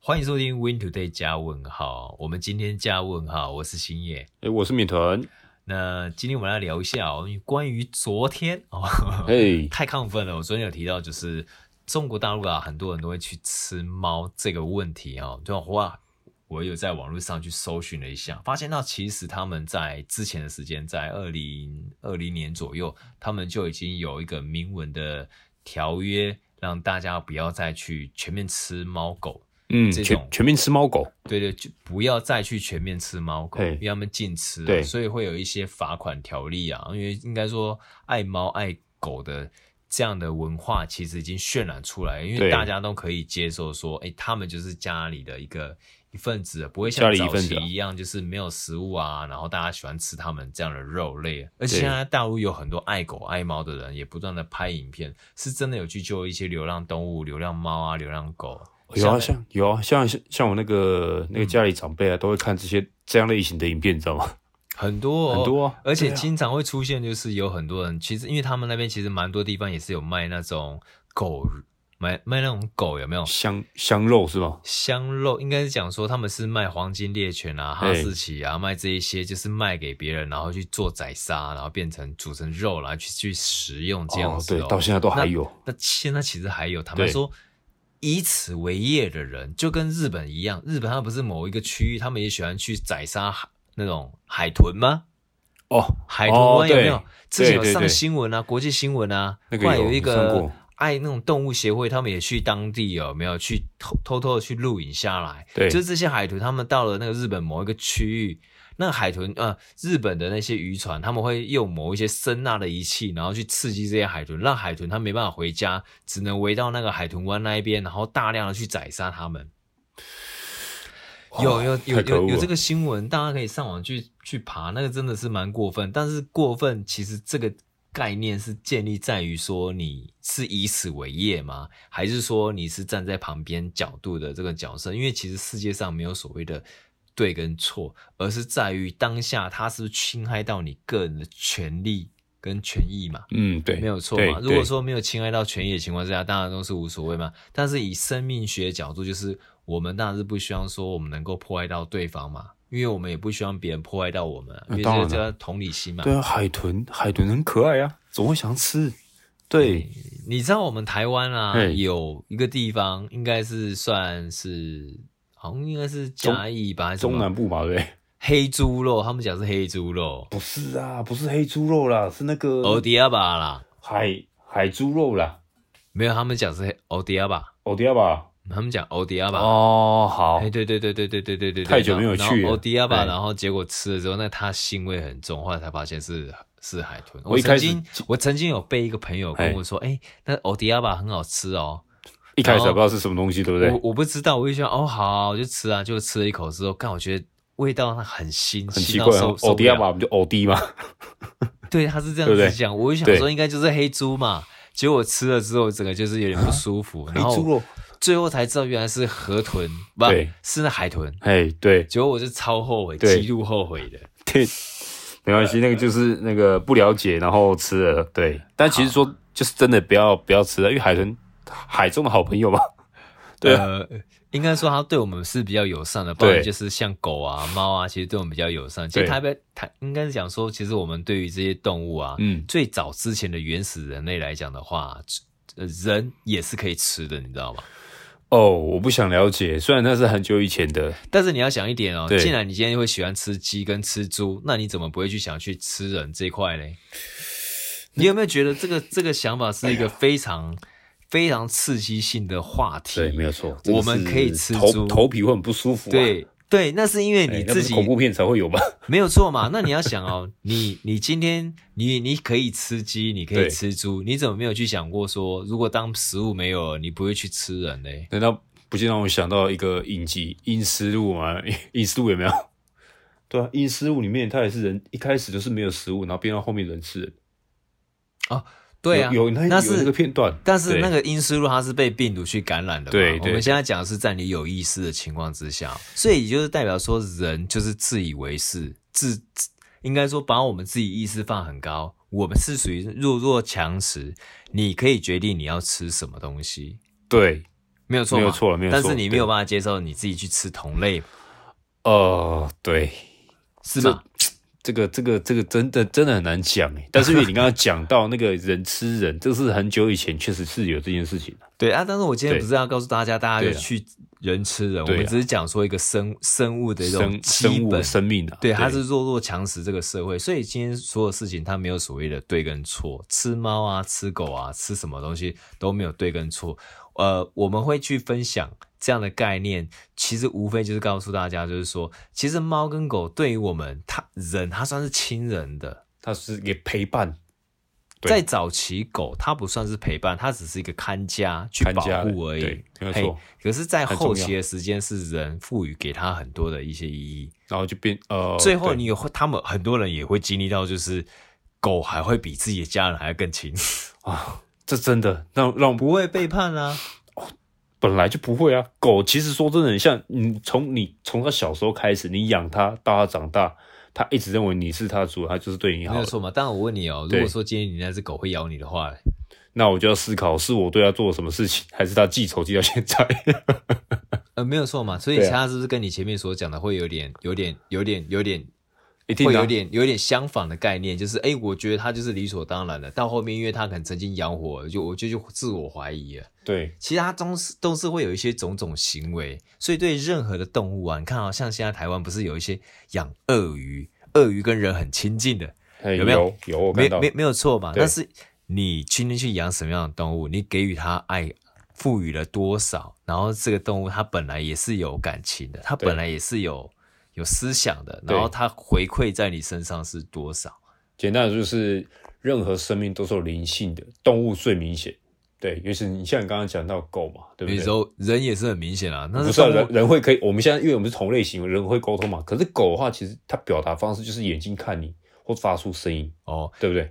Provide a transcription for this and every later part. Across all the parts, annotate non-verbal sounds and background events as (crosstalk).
欢迎收听 Win Today 加问号，我们今天加问号，我是星野。哎、我是米腾，那今天我们来聊一下哦，关于昨天哦，嘿太亢奋了。我昨天有提到，就是中国大陆啊，很多人都会去吃猫这个问题哦。就哇，我有在网络上去搜寻了一下，发现到其实他们在之前的时间，在二零二零年左右，他们就已经有一个明文的条约，让大家不要再去全面吃猫狗。嗯，这种全全民吃猫狗，对对，就不要再去全面吃猫狗，嘿因为他们禁吃啊、对所以会有一些罚款条例啊。因为应该说爱猫爱狗的这样的文化，其实已经渲染出来，因为对大家都可以接受说，哎，他们就是家里的一个一份子，不会家像里一早份期子啊一样，就是没有食物啊，然后大家喜欢吃他们这样的肉类。啊而且对现在大陆有很多爱狗爱猫的人，也不断的拍影片，是真的有去救一些流浪动物、流浪猫啊、流浪狗。有啊，像有啊，像像像我那个那个家里长辈啊，都会看这些这样类型的影片，你知道吗？很多、哦、很多啊而且对啊经常会出现，就是有很多人，其实因为他们那边其实蛮多地方也是有卖那种狗，卖卖那种狗有没有？哦香香肉是吧？香肉应该是讲说他们是卖黄金猎犬啊、哈对士奇啊，卖这一些就是卖给别人，然后去做宰杀，然后变成煮成肉，然后去去食用这样哦，子、对，到现在都还有，那现在其实还有，坦白对说，以此为业的人，就跟日本一样，日本它不是某一个区域，他们也喜欢去宰杀海那种海豚吗？哦，海豚湾哦有没有对？之前有对对上对新闻啊，国际新闻啊，那个后来有有一上个过爱那种动物协会，他们也去当地有没有去偷偷偷的去录影下来？对就是这些海豚，他们到了那个日本某一个区域。那海豚呃，日本的那些渔船，他们会用某一些声呐的仪器，然后去刺激这些海豚，让海豚它没办法回家，只能围到那个海豚湾那一边，然后大量的去宰杀它们。有有有太可恶有有了这个新闻，大家可以上网去去爬，那个真的是蛮过分。但是过分其实这个概念是建立在于说你是以此为业吗？还是说你是站在旁边角度的这个角色？因为其实世界上没有所谓的对跟错，而是在于当下它是不是侵害到你个人的权利跟权益嘛。嗯，对，没有错对嘛。如果说没有侵害到权益的情况之下，当然都是无所谓嘛。但是以生命学角度，就是我们当然是不希望说我们能够破坏到对方嘛，因为我们也不希望别人破坏到我们啊，因嗯为当这然个了叫同理心嘛。对对啊，海豚，海豚很可爱啊，总会想吃，哎对，你知道我们台湾啊，嘿有一个地方应该是算是，好像应该是嘉义吧，还是什么中南部嘛，对不对？黑猪肉，他们讲是黑猪肉，不是啊，不是黑猪肉啦，是那个欧迪亚巴啦，海海猪肉啦，没有，他们讲是欧迪亚巴，欧迪亚吧？他们讲欧迪亚巴。哦，好哎，对对对对对对对对，太久没有去了欧迪亚吧，哎然后哦结果吃了之后，那它腥味很重，后来才发现是是海豚。我我一曾开始经我曾经有被一个朋友跟哎我说，哎，那欧迪亚吧很好吃哦，一开始还不知道是什么东西，对不对我？我不知道，我就想哦好，我就吃啊，就吃了一口之后，看我觉得味道很腥，很腥奇到怪哦受，受欧不迪亚了。嘛，我们就欧迪嘛，对，他是这样对不子对讲，我就想对说应该就是黑猪嘛，结果吃了之后，整个就是有点不舒 (laughs) 服，然后肉，最后才知道原来是河豚，不对是那海豚。哎，对结果我是超后悔，对极度后悔的。对，没关系，那个就是那个不了解，然后吃了，对，但其实说就是真的不要不要吃了，因为海豚海中的好朋友嘛，对啊呃，应该说它对我们是比较友善的，不然对就是像狗啊、猫啊，其实对我们比较友善。其实对台北台应该是讲说，其实我们对于这些动物啊，嗯最早之前的原始人类来讲的话，呃人也是可以吃的，你知道 (laughs) 吗？哦，我不想了解，虽然那是很久以前的，但是你要想一点哦，对既然你今天会喜欢吃鸡跟吃猪，那你怎么不会去想去吃人这一块 (laughs) 嘞？你有没有觉得这个这个想法是一个非常、非常刺激性的话题？对，没有错，我们可以吃猪头头皮会很不舒服、啊，对对，那是因为哎，你那不自是己恐怖片才会有吧？没有错嘛。那你要想哦， (laughs) 你你今天你你可以吃鸡，你可以对吃猪，你怎么没有去想过说，如果当食物没有了，你不会去吃人嘞？难道不禁让我想到一个影集《阴尸路》吗？ (laughs) 《阴尸路》有没有？对啊，《阴尸路》里面他也是人，一开始就是没有食物，然后变到后面人吃人。对啊，有有那那有那个是。片段，但是对那个阴湿路它是被病毒去感染的嘛？对我对们现在讲的是在你有意识的情况之下，所以也就是代表说人就是自以为是，自自应该说把我们自己意识放很高，我们是属于弱弱强食，你可以决定你要吃什么东西，对没有错嘛，没有错了没有错但是你没有办法接受你自己去吃同类，呃，对，是吧？这个这个这个真的真的很难讲哎。但是因为你刚刚讲到那个人吃人， (laughs) 这是很久以前确实是有这件事情的。对啊，但是我今天对不是要告诉大家，大家对啊就去人吃人，我对啊们只是讲说一个生生物的一种生基生物本。生命啊，对，它是弱肉强食这个社会，所以今天所有事情它没有所谓的对跟错，吃猫啊、吃狗啊、吃什么东西都没有对跟错。呃，我们会去分享这样的概念，其实无非就是告诉大家，就是说，其实猫跟狗对于我们，它人它算是亲人的。它是一个陪伴，对在早期，狗它不算是陪伴，它只是一个看家去看保家护人而已对。没有嘿错可是，在很重后要期的时间，是人赋予给它很多的一些意义。然后就变呃，最后对你也会，他们很多人也会经历到，就是狗还会比自己的家人还要更亲，啊，这真的让让 (laughs) 我不会背叛啊。本来就不会啊。狗其实说真的，很像你从你从它小时候开始，你养它到它长大，它一直认为你是它的主人，它就是对你没好有的。错嘛？但我问你哦，对如果说今天你那只狗会咬你的话，那我就要思考，是我对它做了什么事情，还是它记仇记到现 (laughs) 在？呃，没有错嘛？所以对啊它是不是跟你前面所讲的会有点、有点、有点、有点、一定会的啊有点、有点相反的概念？就是哎，诶我觉得它就是理所当然的。到后面，因为它可能曾经养火，就我就就自我怀疑了。对其实它都是都是会有一些种种行为，所以对任何的动物啊，你看啊、像现在台湾不是有一些养鳄鱼，鳄鱼跟人很亲近的，嘿有没有有我没看到没没有错嘛？对但是你今天去养什么样的动物，你给予它爱，赋予了多少，然后这个动物它本来也是有感情的，它对本来也是有有思想的，对然后它回馈在你身上是多少？简单的就是，任何生命都是有灵性的，动物最明显。对，尤其是你像你刚刚讲到狗嘛，对有不时对？候人也是很明显啊，那不是是啊动人物。人会可以，我们现在因为我们是同类型，人会沟通嘛。可是狗的话，其实它表达方式就是眼睛看你或发出声音，哦，对不对？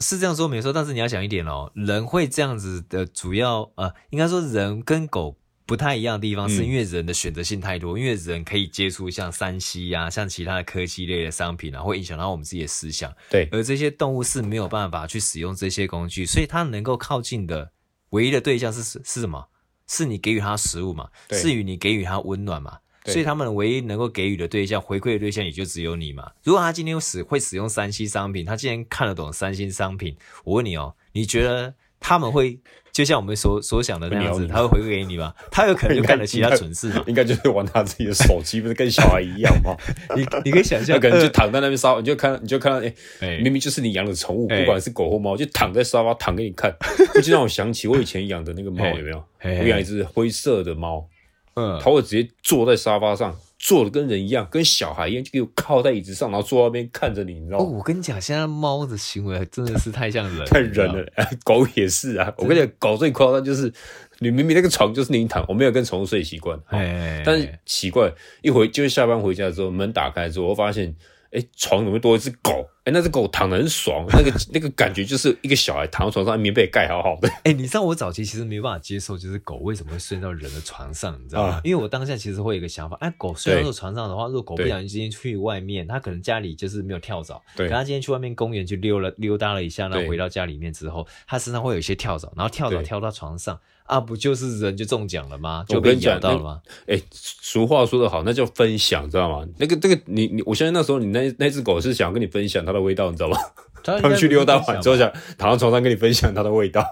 是这样说没错，但是你要想一点哦，人会这样子的主要呃，应该说人跟狗不太一样的地方，嗯是因为人的选择性太多，因为人可以接触像三 C 呀、像其他的科技类的商品啊，会影响到我们自己的思想，对，而这些动物是没有办法去使用这些工具，所以它能够靠近的唯一的对象是是什么？是你给予它食物嘛？对是与你给予它温暖嘛？对所以他们唯一能够给予的对象、回馈的对象也就只有你嘛。如果他今天使会使用三星商品，他既然看得懂三星商品，我问你哦，你觉得他们会就像我们所所想的那样会子，鸟你吗他会回馈给你吗？他有可能就干了其他蠢 (laughs) 事嘛？ (laughs) 应该就是玩他自己的手机，不是跟小孩一样 (laughs) 吗？你你可以想那象，呃可能就躺在那边沙发，你就看到，你就看到，哎、哎明明就是你养的宠物，哎不管是狗或猫，就躺在沙发躺给你看， (laughs) 这就让我想起我以前养的那个猫，哎有没有？哎哎我养一只灰色的猫，嗯它会直接坐在沙发上，坐的跟人一样，跟小孩一样，就给我靠在椅子上，然后坐在那边看着你，你知道哦，吗？我跟你讲，现在猫的行为真的是太像人了，太人了，哦狗也是啊。我跟你讲，狗最夸张就是，你明明那个床就是你躺，我没有跟宠物睡习惯，哎，哎，哎但是奇怪，一回就是下班回家之后，门打开之后，我发现，哎、床怎么多一只狗？哎、那只狗躺得很爽，那 (laughs) 个那个感觉就是一个小孩躺在床上，棉被盖好好的。哎、你知道我早期其实没办法接受，就是狗为什么会睡到人的床上，你知道吗？啊因为我当下其实会有一个想法，哎、狗睡到对这个床上的话，如果狗不对小心今天去外面，它可能家里就是没有跳蚤，对可它今天去外面公园去溜了溜达了一下，然后对回到家里面之后，它身上会有一些跳蚤，然后跳蚤对跳到床上啊，不就是人就中奖了吗？我就跟被你咬讲到那了吗？哎、俗话说得好，那叫分享，知道吗？那个那个，你你，我相信那时候你那那只狗是想跟你分享它的味道，(laughs) 你知道吗？他他们去溜达完之后，想躺在床上跟你分享它的 (laughs) 味道。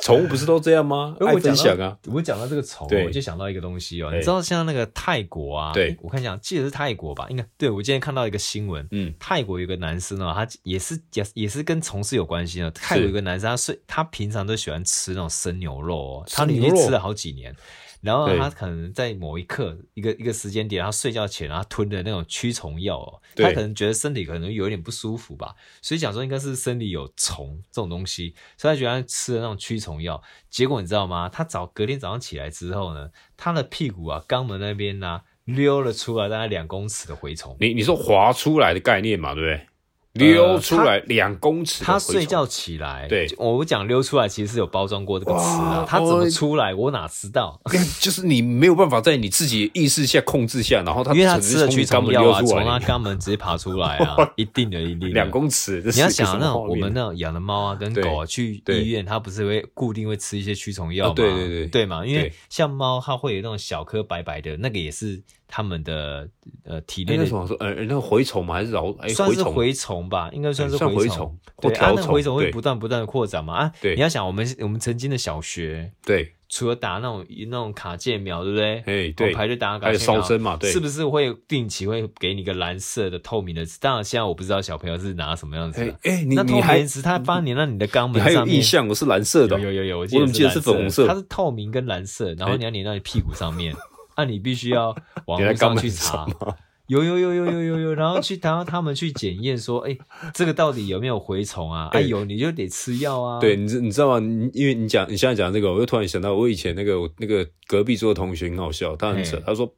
宠物不是都这 (laughs) 样吗？因为爱我讲分到享啊，！我讲到这个虫，对我就想到一个东西哦，哎你知道像那个泰国啊，对我看一下，记得是泰国吧？应该对我今天看到一个新闻，嗯，泰国有个男生哦，他也是也也是跟从事有关系的。泰国有个男生，他睡他平常都喜欢吃那种生牛肉哦，他生连牛续肉吃了好几年。然后对他可能在某一刻一个一个时间点，他睡觉前他吞的那种驱虫药哦，对他可能觉得身体可能有一点不舒服吧，所以想说应该是身体有虫这种东西，所以他觉得他吃了那种驱虫药。结果你知道吗？他早隔天早上起来之后呢，他的屁股啊、肛门那边呢、溜了出来大概两公尺的蛔虫。你你说滑出来的概念嘛，对不对？溜出来两公尺的蛔他虫呃睡觉起来，对我讲溜出来其实是有包装过这个词啊哇，他怎么我出来，我哪知道？ (laughs) 就是你没有办法在你自己的意识下控制下，然后它因为他只是吃了从驱你肛虫门药溜啊，出从来他肛门直接爬出来 (laughs) 啊，一定的，一定的。两公尺，这是你要一个什想啊么那种画面我们那种养的猫啊跟狗啊，去对医院它不是会固定会吃一些驱虫药啊嘛？对对对对嘛？因为对像猫，它会有那种小颗白白的，那个也是它们的呃体哎内那的什，么说呃那蛔虫吗？还是老哎算蛔是虫？蛔虫吧，应该算是算蛔蛔虫或对啊，条那虫蛔虫会对不断不断的扩展嘛啊！对你要想我们我们曾经的小学，对，除了打那种那种卡介苗，对不对？哎我对们排队打卡还有介苗烧身嘛对是不是会定期会给你一个蓝色的透明的？当然，现在我不知道小朋友是拿什么样子哎的。哎，你那透你明还的纸它帮你让你的肛你门还有上面印象？我是蓝色的有有哦，有有，我我怎么记得是蓝色粉红色它是透明跟蓝色，然后你要粘到你屁股上 (laughs) 面，那你必须要往你在网肛上门去查上。吗？有有有有有有有，然后去，然后他们去检验说，哎，这个到底有没有蛔虫啊？哎哎有，你就得吃药啊。对，，你知你知道吗？你因为你讲你现在讲这个，我又突然想到，我以前那个我那个隔壁桌的同学很好笑，他很扯嘿，他说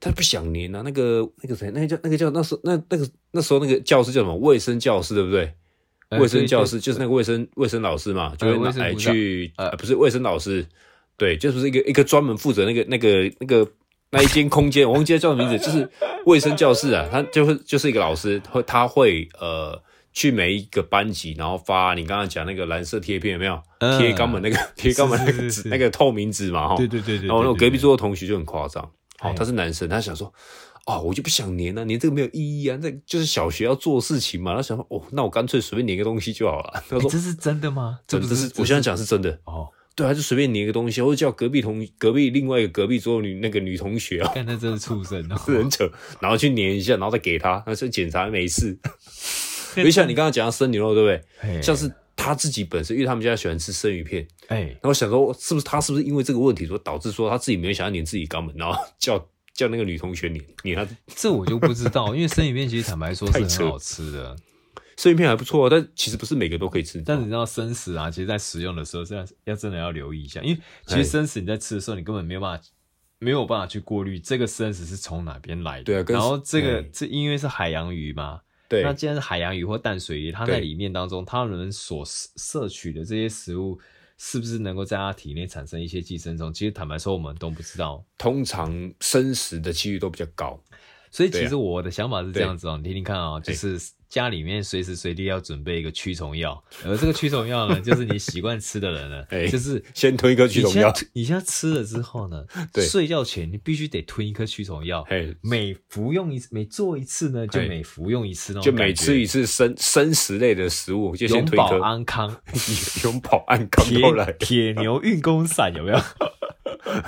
他不想粘啊，那个那个谁，那个叫那个叫那时候那那个那时候那个教师叫什么卫生教师对不对？呃卫生教对哎师就是那个卫生卫生老师嘛，就会卫拿生来股长去呃呃不是卫生老师，对，就是一个一个专门负责那个那个那个那一间空间，我忘记叫什么名字，就是卫生教室啊，他就会就是一个老师会他会呃去每一个班级，然后发你刚刚讲那个蓝色贴片有没有？嗯贴肛门那个贴肛门那是个是是纸那个透明纸嘛哈，对对对对对。然后那我对隔壁对桌的同学就很夸张，哎哦，他是男生，他想说，哦，我就不想粘啊，粘这个没有意义啊，那就是小学要做事情嘛。他想说，哦，那我干脆随便粘个东西就好了。他哎说，这是真的吗？真不的是，我现在讲是真的。哦，对，他就随便粘一个东西，或者叫隔壁同隔壁另外一个隔壁桌的女那个女同学啊，看那真是畜生哦。是很扯，然后去粘一下，然后再给他，他说检查没事。就像你刚刚讲到生牛肉，对不 (laughs) 对？嘿像是他自己本身，因为他们家喜欢吃生鱼片，哎然后想说，是不是他是不是因为这个问题，说导致说他自己没有想要粘自己肛门，然后 (laughs) 叫叫那个女同学粘粘他这我就不知道，因为生鱼片其实坦白说是太扯很好吃的，生鱼片还不错、啊，但其实不是每个都可以吃。但你知道生食啊，其实在食用的时候，真的要真的要留意一下，因为其实哎生食你在吃的时候，你根本没有办法没有办法去过滤这个生食是从哪边来的。对啊跟然后这个哎这因为是海洋鱼嘛，对那既然是海洋鱼或淡水鱼，它在对里面当中，它们所摄摄取的这些食物，是不是能够在它体内产生一些寄生虫？其实坦白说，我们都不知道。通常生食的几率都比较高。所以其对实啊我的想法是这样子哦，你听听看哦，就对是家里面随时随地要准备一个驱虫 (laughs) 药，而这个驱虫药呢，就是你习惯吃的人呢，哎就是先吞一颗驱虫药，你现在你现在吃了之后呢 (laughs) 对睡觉前你必须得吞一颗驱虫药，嘿，每服用一次，每做一次呢，就嘿每服用一次那种就感觉每吃一次生生食类的食物，就先永推保颗安 (laughs) 康。永保安康铁 (laughs) 都来，铁牛运功散有没有？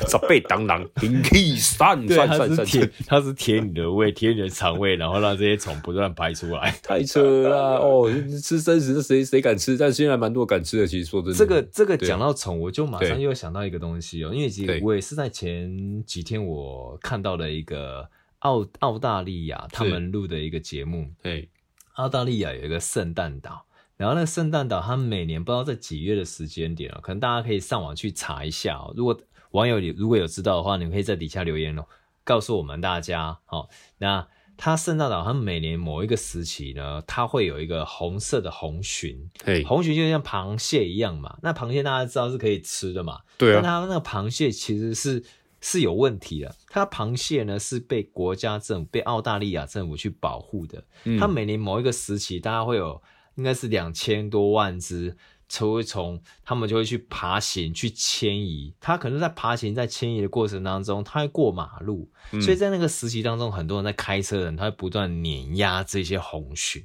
十倍当狼灵气散对，散它散是散铁散，，它是铁你的胃，铁你的肠胃，然后让这些虫不断排出来。太扯了啦哦！吃生食，那谁谁敢吃？但现在蛮多敢吃的，其实说真的，这个这个嗯对讲到虫，我就马上对又想到一个东西哦，因为其实对我也是在前几天我看到了一个澳澳大利亚他是们录的一个节目，哎澳大利亚有一个圣诞岛，然后那个圣诞岛，它每年不知道在几月的时间点哦，可能大家可以上网去查一下哦。如果网友有如果有知道的话，你们可以在底下留言哦，告诉我们大家。好、那它圣诞岛，它每年某一个时期呢，它会有一个红色的红鲟，哎，红鲟就像螃蟹一样嘛。那螃蟹大家知道是可以吃的嘛，对但啊，它那个螃蟹其实是是有问题的，它螃蟹呢是被国家政府、被澳大利亚政府去保护的。嗯它每年某一个时期，大家会有应该是两千多万只抽虫，它们就会去爬行、去迁移。它可能在爬行、在迁移的过程当中，它会过马路，嗯所以在那个时期当中，很多人在开车的人，他会不断碾压这些红鲟，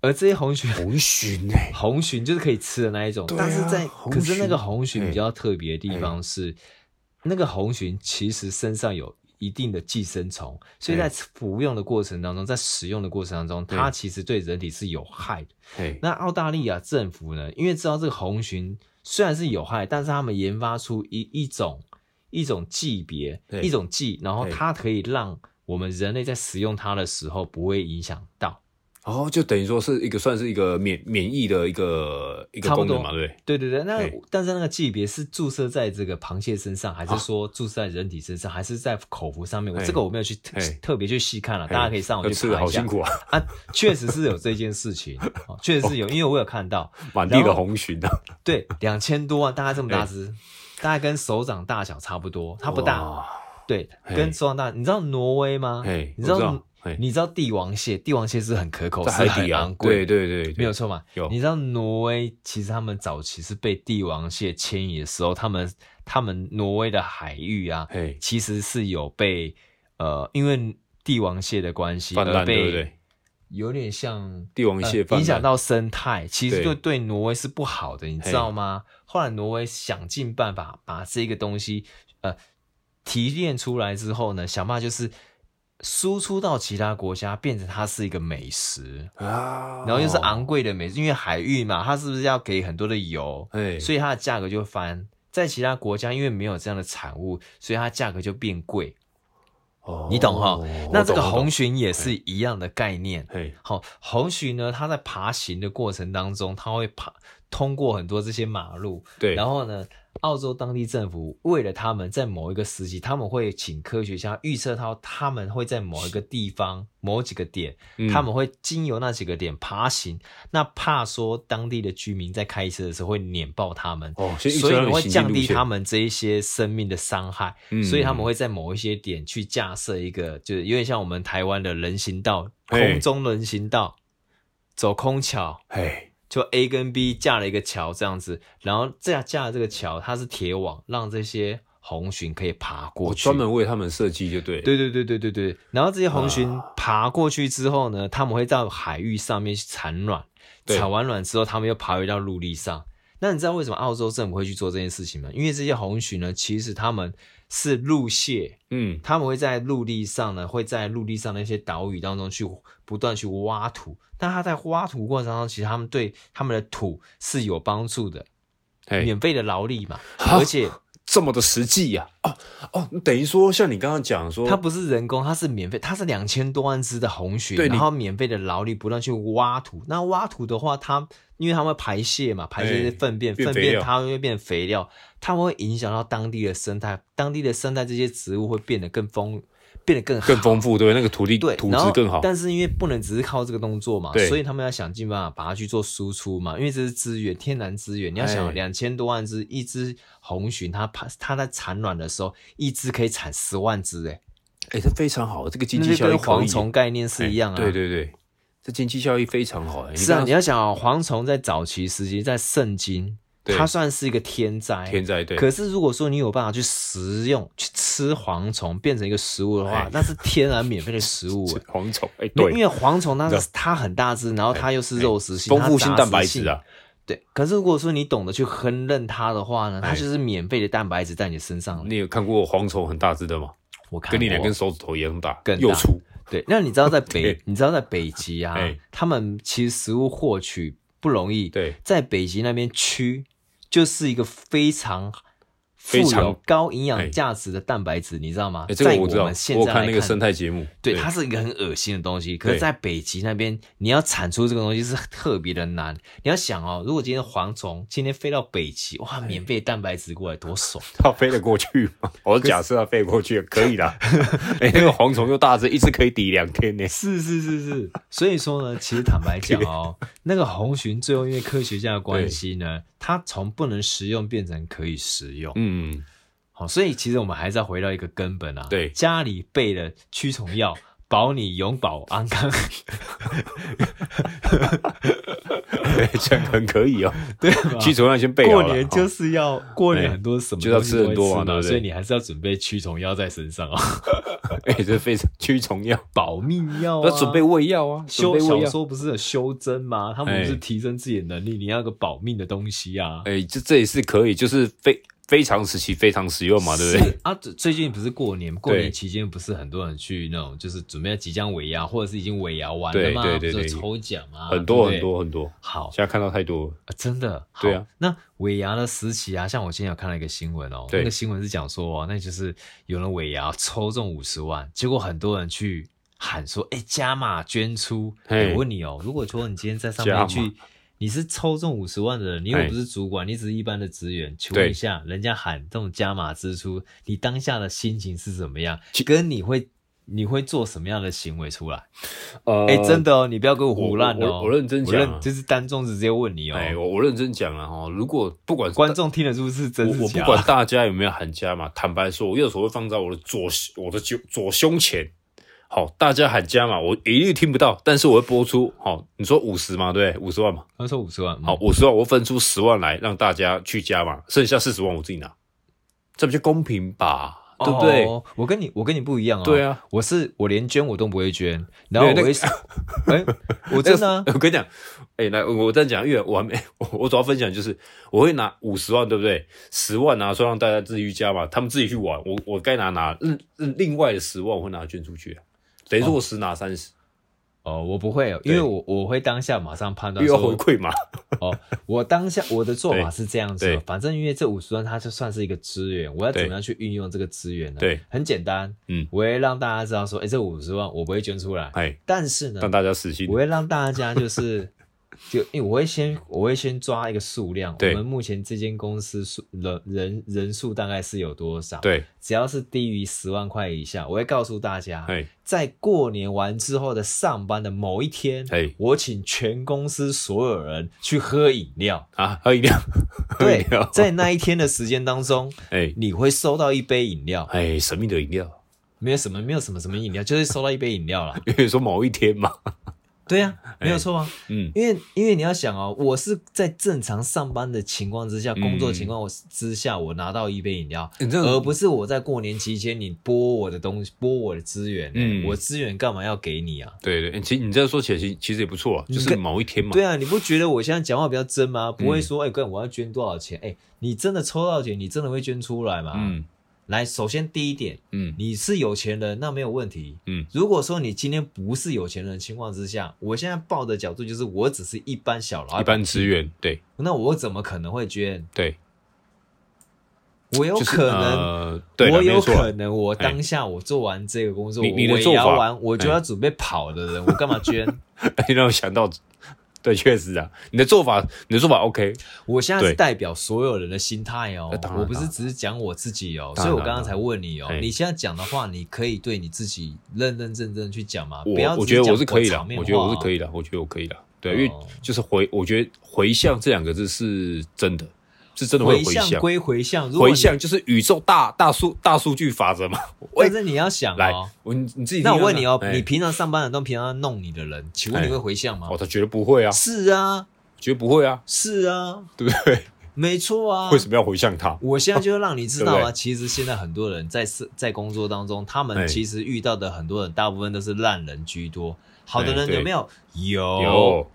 而这些红鲟。红鲟哎，红鲟就是可以吃的那一种，对啊但是在红可鲟哎是那个红鲟比较特别的地方是，那个红鲟其实身上有一定的寄生虫，所以在哎服用的过程当中，在使用的过程当中，它其实对人体是有害的。哎，那澳大利亚政府呢，因为知道这个红鲟虽然是有害，但是他们研发出一一种一种剂别对一种剂，然后对它可以让我们人类在使用它的时候不会影响到。然哦后就等于说是一个算是一个免免疫的一个一个差不功多能嘛，对不对对？对对，那对但是那个级别是注射在这个螃蟹身上，还是说注射在人体身上，还是在口服上面？我啊嘿这个我没有去特嘿特别去细看了，大家可以上网要去吃的查一好下辛。苦啊， (laughs) 啊，确实是有这件事情，哦确实是有，因为我有看到， (laughs) 满地然的后红鲟啊，对，两千多万，大概这么大嘿只，大概跟手掌大小差不多，它不大，哇，对，嘿跟手掌大。你知道挪威吗？嘿，你我知知道道，嘿，你知道帝王蟹，帝王蟹是很可口，在是海底很啊昂，贵对，对对，对没有错嘛？有你知道挪威其实他们早期是被帝王蟹迁移的时候，他们他们挪威的海域啊，嘿，其实是有被呃，因为帝王蟹的关系泛而滥对不被对？有点像帝王呃蟹泛影响滥，到生态，其实对就对挪威是不好的，你知嘿道吗？后来挪威想尽办法把这个东西呃提炼出来之后呢，想办法就是输出到其他国家，变成它是一个美食。啊，然后又是昂贵的美食，因为海域嘛，它是不是要给很多的油，哎，所以它的价格就会翻。在其他国家，因为没有这样的产物，所以它价格就变贵，哦你懂哈？那这个，我红懂鲟也是一样的概念我懂。嘿，好，红鲟呢，它在爬行的过程当中，它会爬通过很多这些马路，对，然后后呢，澳洲当地政府为了他们在某一个时期，他们会请科学家预测到他们会在某一个地方、某几个点嗯他们会经由那几个点爬行，那怕说当地的居民在开车的时候会碾爆他们，哦，所以所以你会降低他们这一些生命的伤害，嗯所以他们会在某一些点去架设一个，就是有点像我们台湾的人行道、嘿空中人行道，走空桥，哎，就 A 跟 B 架了一个桥这样子，然后这样架的这个桥它是铁网，让这些红鲟可以爬过我去，哦专门为他们设计就对了，对对对对对对。然后这些红鲟爬过去之后呢，它们会到海域上面去产卵，对产完卵之后，它们又爬回到陆地上。那你知道为什么澳洲政府会去做这件事情吗？因为这些红鲟呢，其实它们是陆蟹，嗯，它们会在陆地上呢，会在陆地上的一些岛屿当中去不断去挖土。但它在挖土过程当中，其实它们对它们的土是有帮助的，哎，免费的劳力嘛，哈而且这么的实际呀，哦哦，等于说像你刚刚讲说，它不是人工，它是免费，它是两千多万只的红鲟，对你然后免费的劳力不断去挖土。那挖土的话，它因为它们会排泄嘛，排泄是粪便，哎变粪肥便料它会变肥料，它们会影响到当地的生态，当地的生态这些植物会变得更丰，变得更好更丰富，对不对，那个土地对，土然后质更好，但是因为不能只是靠这个动作嘛，对所以他们要想尽办法把它去做输出嘛，因为这是资源，天然资源。你要想哎两千多万只，一只红鲟，它爬它在产卵的时候，一只可以产十万只，哎，哎，这非常好，这个经那济就效益跟可以蝗虫概念是一样啊。哎对对对，这经济效益非常好，哎是啊，刚你刚要想啊，蝗虫在早期时期，在圣经，对它算是一个天灾。天灾对，可是如果说你有办法去食用、去吃蝗虫，变成一个食物的话哎，那是天然免费的食物，哎。蝗虫哎，因对为，因为蝗虫它你知哎是它很大只，然后它又是肉食性，丰它富性杂蛋白食质啊，性。对，可是如果说你懂得去烹饪它的话呢，它哎就是免费的蛋白质在你身上了。你有看过蝗虫很大只的吗？我看跟你两过根手指头一样大，更大又粗。对，那你知道在北 (laughs) 对，你知道在北极啊哎，他们其实食物获取不容易。对，在北极那边区就是一个非常。富非常有高营养哎价值的蛋白质，你知道吗？哎，这个在我知道，们现我在看来那个生态节目，对， (laughs) 它是一个很恶心的东西。可是，对在北极那边，你要产出这个东西是特别的难。你要想哦，如果今天蝗虫今天飞到北极，哇，免费蛋白质过来多爽！它飞得过去吗？ (laughs) 我假设它飞得过去，可以 (laughs) 啦。哎，那个蝗虫又大只，一只可以抵两天 (laughs) (laughs) 呢。是是是是，所以说呢，其实坦白讲 (laughs) 哦，那个红鲟最后因为科学家的关系呢，它从不能食用变成可以食用。嗯，好、所以其实我们还是要回到一个根本啊，对家里备的驱虫药，保你永保安 (laughs) 康。对这样很可以 (laughs) 哦。对吧？驱虫药先备好过了年就哦是要过年哎很多什么就是要东西吃都很会多嘛吃对不对所以你还是要准备驱虫药在身上啊， (laughs) 哎，这非常驱 (laughs) 虫药，保命药啊，要准备胃药啊，准修备胃小药。说不是有修真吗？他们不是哎提升自己的能力，你要有个保命的东西啊。哎，这这也是可以，就是非非常时期非常实用嘛，对不对？是啊，最最近不是过年，过对年期间不是很多人去那种，就是准备要即将尾牙，或者是已经尾牙完了对嘛，对不对是有对抽奖啊，很多对不对。很多很多，好，现在看到太多了。啊真的，好对啊。那尾牙的时期啊，像我今天有看到一个新闻哦，对那哦个新闻是讲说、哦，那就是有人尾牙抽中五十万，结果很多人去喊说：“哎、加码捐出。嘿哎我问你哦，如果说你今天在上加码面去，你是抽中五十万的人，你又嘿不是主管，你只是一般的职员，求对一下，人家喊这种加码支出，你当下的心情是怎么样其？跟你会你会做什么样的行为出来？呃，哎、真的哦，你不要给我我胡乱我哦我我认真讲啊认就是当众直接问你哦。哎，我我认真讲了哈，如果不管观众听得出是真我是我不假？管大家有没有喊加码，坦白说，我右手会放在我的左我的胸左胸前。好，大家喊加码，我一律听不到，但是我会播出。好，你说五十嘛，对不对？五十万嘛，他说五十万，嗯好，，五十万我会分出十万来让大家去加码，剩下四十万我自己拿，这不就公平吧？对不对？哦我跟你我跟你不一样哦。对啊，我是我连捐我都不会捐，然后我对那会， (laughs) 哎，我真的啊我跟你讲，哎、来，我这样讲，因为我还没， (laughs) 我我主要分享就是，我会拿五十万，对不对？十万拿出来让大家自己去加嘛，他们自己去玩，我我该拿拿，另另外的十万我会拿捐出去、啊等于说我十拿三十、哦，我不会哦，因对为我我会当下马上判断又要说，回馈嘛，哦，我当下我的做法对是这样子对哦，反正因为这五十万它就算是一个资源，我要怎对么样去运用这个资源呢？对，很简单，嗯我会让大家知道说，哎，这五十万我不会捐出来，哎，但是呢让，大家死心我。会让大家 (laughs) 就是，就因为我会先我会先抓一个数量，我对们目前这间公司数人人人数大概是有多少？，对，只要是低于十万块以下，我会告诉大家，哎，在过年完之后的上班的某一天哎，我请全公司所有人去喝饮料。啊，喝饮料，喝饮对 (laughs) 料，，在那一天的时间当中，哎你会收到一杯饮料，哎，神秘的饮料， (laughs) 没有什么，没有什么什么饮料，就是收到一杯饮料啦。因为说某一天嘛，对呀、没有错啊。嗯，因为因为你要想哦，我是在正常上班的情况之下，嗯工作情况之下，我拿到一杯饮料，你这而不是我在过年期间你拨我的东西，拨我的资源、欸嗯我资源干嘛要给你啊？对对，其实你这样说起来，其实其实也不错啊，就是看某一天嘛，对啊，你不觉得我现在讲话比较真吗？不嗯会说，哎、哥，我要捐多少钱？哎、你真的抽到钱，你真的会捐出来吗？嗯来，首先第一点，嗯你是有钱人，那没有问题。嗯，如果说你今天不是有钱人的情况之下，我现在抱的角度就是我只是一般小老一板，般资源，对那我怎么可能会捐？对，我有就是可能，呃对啦我没有有错啊可能，我当下我做完这个工作，你我你的尾做牙法完我就要准备跑的人，我干嘛 (laughs) 捐？哎， (laughs) 让我想到，对，确实啊，你的做法，你的做法 OK，我现在是对代表所有人的心态哦那当，然我不是只是讲我自己哦，所当然以我刚刚才问你哦当，然哎你现在讲的话，你可以对你自己认认真真去讲嘛，我不要我只觉得讲我是可以的场，面我觉得我是话可哦以的，我觉得我可以的，对，哦因为就是回，我觉得回向这两个字是真的，是真的会有回回向向，归回向，如果回你向就是宇宙大大数大数据法则嘛。喂但，是你要想哎来哦，，我你你自己听那看看，我问你哦，哎你平常上班的都平常弄你的人，请问哎你会回向吗哦，？他绝对不会啊，是啊，绝对不会啊，是啊，对不对？没错啊。 (laughs) 为什么要回向他？我现在就让你知道哦对不啊，对其实现在很多人在是在工作当中，他哎们其实遇到的很多人，大部分都是烂人居多。好的哎人对有没有？有，有，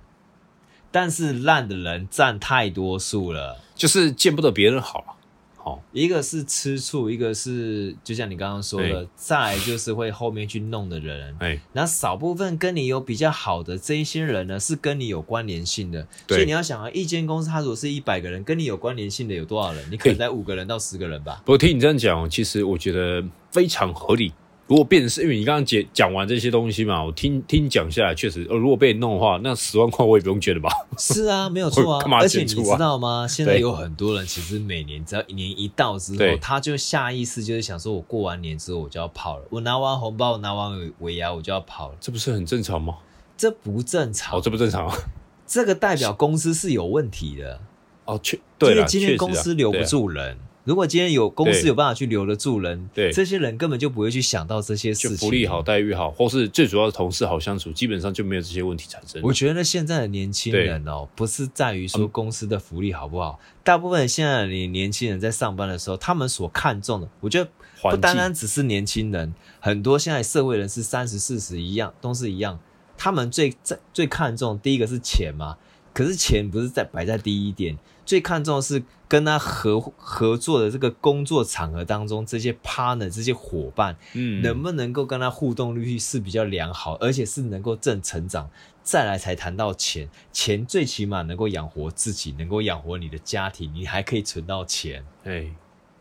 但是烂的人占太多数了。就是见不得别人好啊，好，一个是吃醋，一个是就像你刚刚说的，再来就是会后面去弄的人。哎，那少部分跟你有比较好的这一些人呢，是跟你有关联性的，对所以你要想啊，一间公司它如果是一百个人，跟你有关联性的有多少人？你哎可能在五个人到十个人吧。不过听你这样讲，其实我觉得非常合理。如果变成是因为你刚刚讲讲完这些东西嘛，我听听你讲下来，确实，呃，如果被你弄的话，那十万块我也不用捐了吧？ (laughs) 是啊，没有错我啊干。嘛而且接你触啊知道吗？现在对有很多人其实每年只要一年一到之后对，他就下意识就是想说，我过完年之后我就要跑了，我拿完红包，我拿完尾尾牙我就要跑了，这不是很正常吗？这不正常哦，。这不正 (laughs) 常啊！这个代表公司是有问题的。哦，确对因了，为今确天实公司啊留不，对啊住人，如果今天有公司对有办法去留得住人，对这些人根本就不会去想到这些事就情。福利好、，待遇好，或是最主要的同事好相处，基本上就没有这些问题产生。我觉得现在的年轻人哦，不是在于嗯说公司的福利好不好，大部分现在的年年轻人在上班的时候，他们所看重的，我觉得不环境单单只是年轻人，很多现在社会人士三十四十一样都是一样，他们最在最看重第一个是钱嘛，可是钱不是在摆在第一点，最看重的是跟他合合作的这个工作场合当中，这些 partner 这些伙伴嗯能不能够跟他互动率是比较良好，而且是能够正成长，再来才谈到钱，钱最起码能够养活自己，能够养活你的家庭，你还可以存到钱。哎，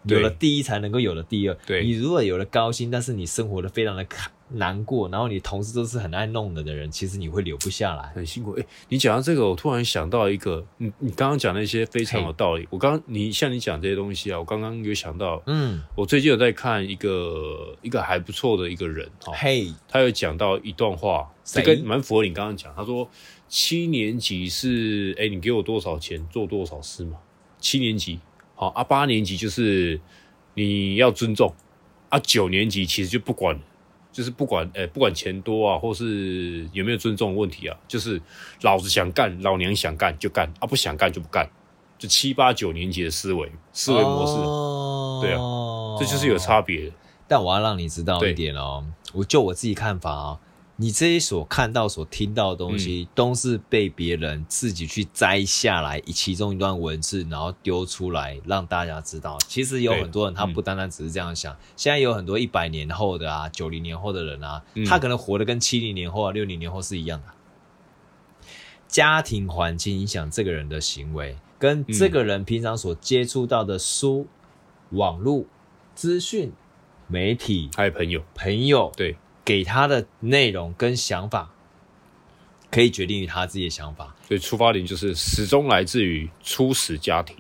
有对了第一才能够有了第二。对你如果有了高薪，但是你生活的非常的难过，然后你同事都是很爱弄的的人，其实你会留不下来。很辛苦。哎、你讲到这个，我突然想到一个，你你刚刚讲那些非常有道理。我刚你像你讲这些东西啊，我刚刚有想到，嗯，我最近有在看一个一个还不错的一个人哦，嘿，他有讲到一段话，谁这跟蛮符合你刚刚讲，他说七年级是哎、你给我多少钱做多少事嘛，七年级好啊，八年级就是你要尊重啊，九年级其实就不管。就是不管呃、不管钱多啊，或是有没有尊重的问题啊，就是老子想干，老娘想干就干啊，不想干就不干，就七八九年级的思维思维模式，哦对啊这就是有差别的。但我要让你知道对一点哦，我就我自己看法哦，你这些所看到、所听到的东嗯西，都是被别人自己去摘下来，以其中一段文字，然后丢出来让大家知道。其实有对嗯很多人他不单单只是这样想，现在有很多一百年后的啊、九零年后的人啊，嗯他可能活得跟七零年后啊、六零年后是一样的。家庭环境影响这个人的行为，跟嗯这个人平常所接触到的书、网络、资讯、媒体、还有朋友，朋友对给他的内容跟想法，可以决定于他自己的想法。所以出发点就是始终来自于初始家庭。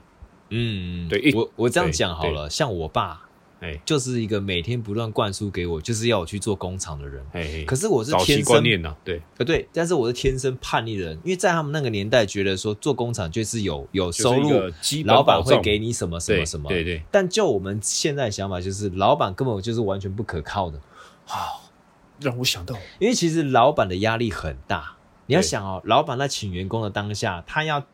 嗯，对一我我这样对讲好对了，像我爸哎就是一个每天不断灌输给我，就是要我去做工厂的人。哎，可是是我是早期天观生念呐、对，呃，对，但是我是天生叛逆的人，因为在他们那个年代，觉得说做工厂就是有有收入，就是一个基本老板保会障给你什么什么对什么。对对，但就我们现在的想法，就是老板根本就是完全不可靠的，让我想到因为其实老板的压力很大。你要对想哦，老板在请员工的当下，他要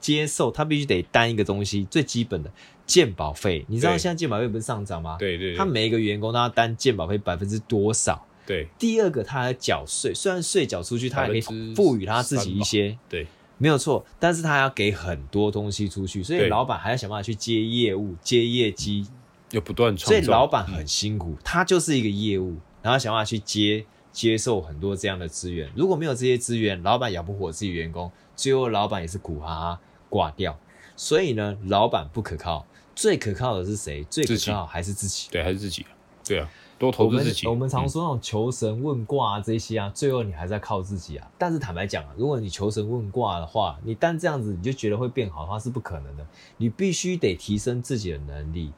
接受，他必须得担一个东西，最基本的鉴保费。你知道对现在鉴保费不是上涨吗？，对对，他对每一个员工他要担鉴保费百分之多少？对第二个，他还缴税，虽然税缴出去，他还可以3%赋予他自己一些，对没有错，但是他要给很多东西出去，所以对老板还要想办法去接业务、接业绩，要不断创造。嗯所以老板很辛苦，他就是一个业务，然后想办法去接接受很多这样的资源。如果没有这些资源，老板养不活自己员工，最后老板也是苦哈哈挂掉。所以呢，老板不可靠，最可靠的是谁？最可自己靠还是自己。对还是自己，对啊，多我投资们自己。我们常嗯说那种求神问卦啊这些啊，最后你还是要靠自己啊。但是坦白讲啊，如果你求神问卦的话，你单这样子你就觉得会变好的话是不可能的，你必须得提升自己的能力。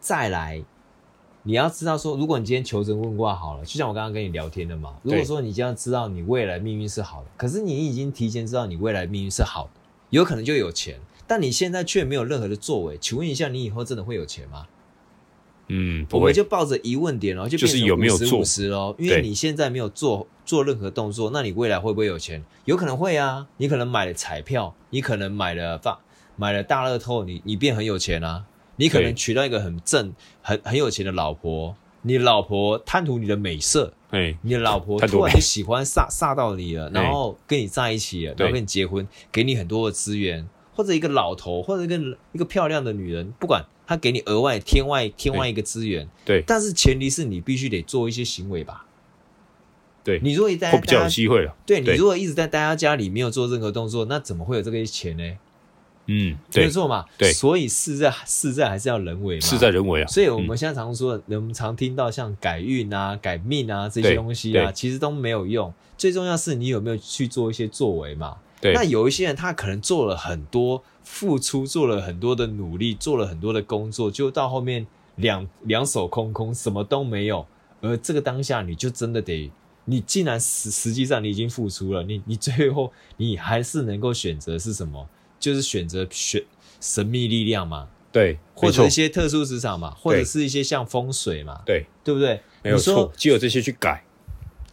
再来，你要知道说，如果你今天求神问卦好了，就像我刚刚跟你聊天的嘛，如对果说你这样知道你未来命运是好的，可是你已经提前知道你未来命运是好的，有可能就有钱，但你现在却没有任何的作为，请问一下，你以后真的会有钱吗？嗯，我不们会就抱着疑问点咯，就就是有没有做五十咯，因为对你现在没有做做任何动作，那你未来会不会有钱？有可能会啊，你可能买了彩票，你可能买了发买了大乐透，你你变很有钱啊，你可能对娶到一个很正很很有钱的老婆，你老婆贪图你的美色，哎，你的老婆贪图突然美就喜欢煞煞到你了，对然后跟你在一起了，然后对跟你结婚，给你很多的资源，或者一个老头，或者一个一个漂亮的女人，不管他给你额外天外天外一个资源，对但是前提是你必须得做一些行为吧。对你如果一直待在会比较大有家机会了。对你对如果一直在待在家里没有做任何动作，那怎么会有这个钱呢？嗯，没对有，错嘛，对所以事在事在还是要人为嘛，事在人为啊。所以我们现在常说的，我们常听到像改运啊、改命啊这些对东西啊，对其实都没有用。最重要是你有没有去做一些作为嘛？对那有一些人他可能做了很多付出，做了很多的努力，做了很多的工作，就到后面两两手空空，什么都没有。而这个当下，你就真的得，你既然实实际上你已经付出了，你你最后你还是能够选择是什么？就是选择选神秘力量嘛，对，或没者错一，些特殊职场嘛，或者是一些像风水嘛，对，对不对？没有你说错，只有这些去改。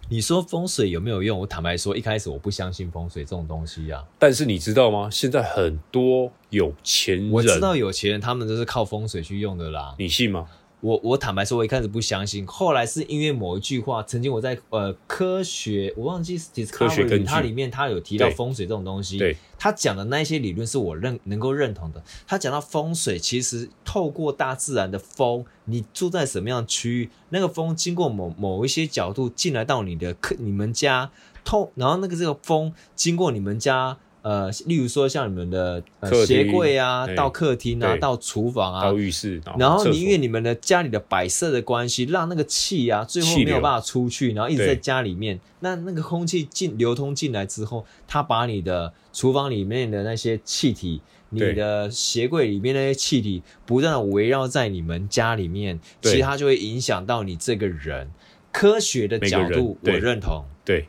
你说风水有没有用？我坦白说，一开始我不相信风水这种东西啊。但是你知道吗？现在很多有钱人，我知道有钱人他们都是靠风水去用的啦。你信吗？我我坦白说，我一开始不相信，后来是因为某一句话，曾经我在呃科学，我忘记是 Discovery, 科学根据它里面它有提到对风水这种东西，对，他讲的那一些理论是我认能够认同的。他讲到风水，其实透过大自然的风，你住在什么样的区域，那个风经过某某一些角度进来到你的客你们家，透，然后那个这个风经过你们家。呃，例如说像你们的、呃、客鞋厅柜啊，对到客厅啊，对到厨房啊到，浴室，然后哦厕你所因为你们的家里的摆设的关系，让那个气啊，最后气没有流办法出去，然后一直在对家里面。那那个空气进流通进来之后，它把你的厨房里面的那些气体，你对的鞋柜里面那些气体，不断的围绕在你们家里面，对其实它就会影响到你这个人。科学的每个角度人我对认同，对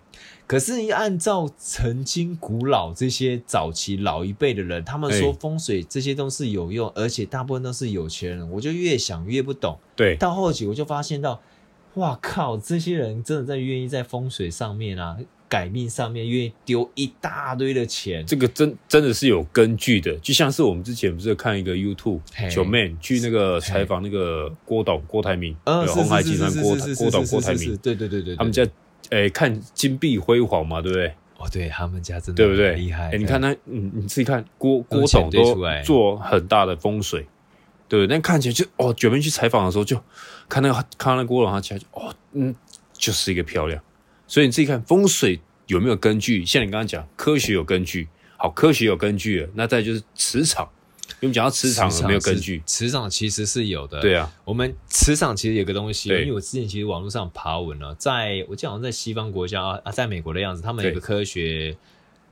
可是按照曾经古老这些早期老一辈的人，他们说哎风水这些都是有用，而且大部分都是有钱人，我就越想越不懂。对到后期我就发现到，哇靠，这些人真的在愿意在风水上面啊、改命上面愿意丢一大堆的钱。这个真真的是有根据的，就像是我们之前不是有看一个 YouTube 嘿九妹去那嘿个采访那个郭董郭台铭，呃，对是红海是集是团是郭是是郭是董是郭台是是铭，对对对对，他们对家诶看金碧辉煌嘛，对不对？哦，对他们家真的对不对？很厉害，哎，你看他，你你自己看郭用郭钱董堆都出来做很大的风水，对，但看起来就哦，九妹去采访的时候就看那个看那郭董，他起来就哦，嗯，就是一个漂亮。所以你自己看风水有没有根据？像你刚刚讲科学有根据，好，科学有根据了，那再就是磁场，因为我们讲到磁场有没有根据？磁磁场其实是有的，对啊，我们磁场其实有个东西，因对为我之前其实网络上爬文了、在我记得好像在西方国家啊，啊在美国的样子，他们有对个科学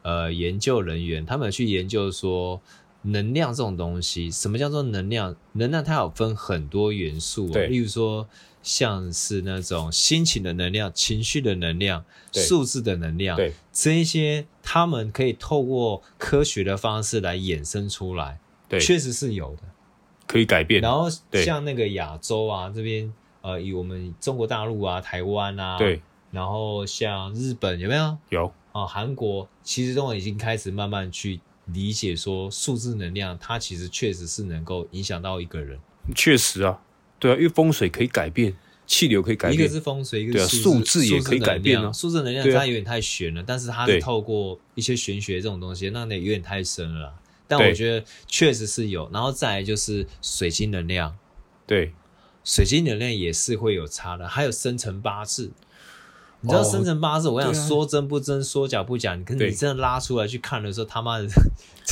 呃研究人员，他们有去研究说能量这种东西，什么叫做能量？能量它有分很多元素、哦，对例如说像是那种心情的能量、情绪的能量、对数字的能量，对这一些他们可以透过科学的方式来衍生出来，对，确实是有的。可以改变。然后对像那个亚洲啊这边，呃，以我们中国大陆啊、台湾啊，，对，然后像日本有没有有啊？韩国其实都已经开始慢慢去理解说，数字能量它其实确实是能够影响到一个人，确实啊，对啊，因为风水可以改变，气流可以改一个变，是风水，一对个啊是数字字也可以改变啊数字能量对啊它有点太玄了，但是它是对透过一些玄学这种东西，那那有点太深了啦。但对我觉得确实是有，然后再来就是水晶能量。对，水晶能量也是会有差的，还有生辰八字。你知道哦生辰八字，我想对啊说真不真，说假不假，你跟你对真的拉出来去看的时候，他妈的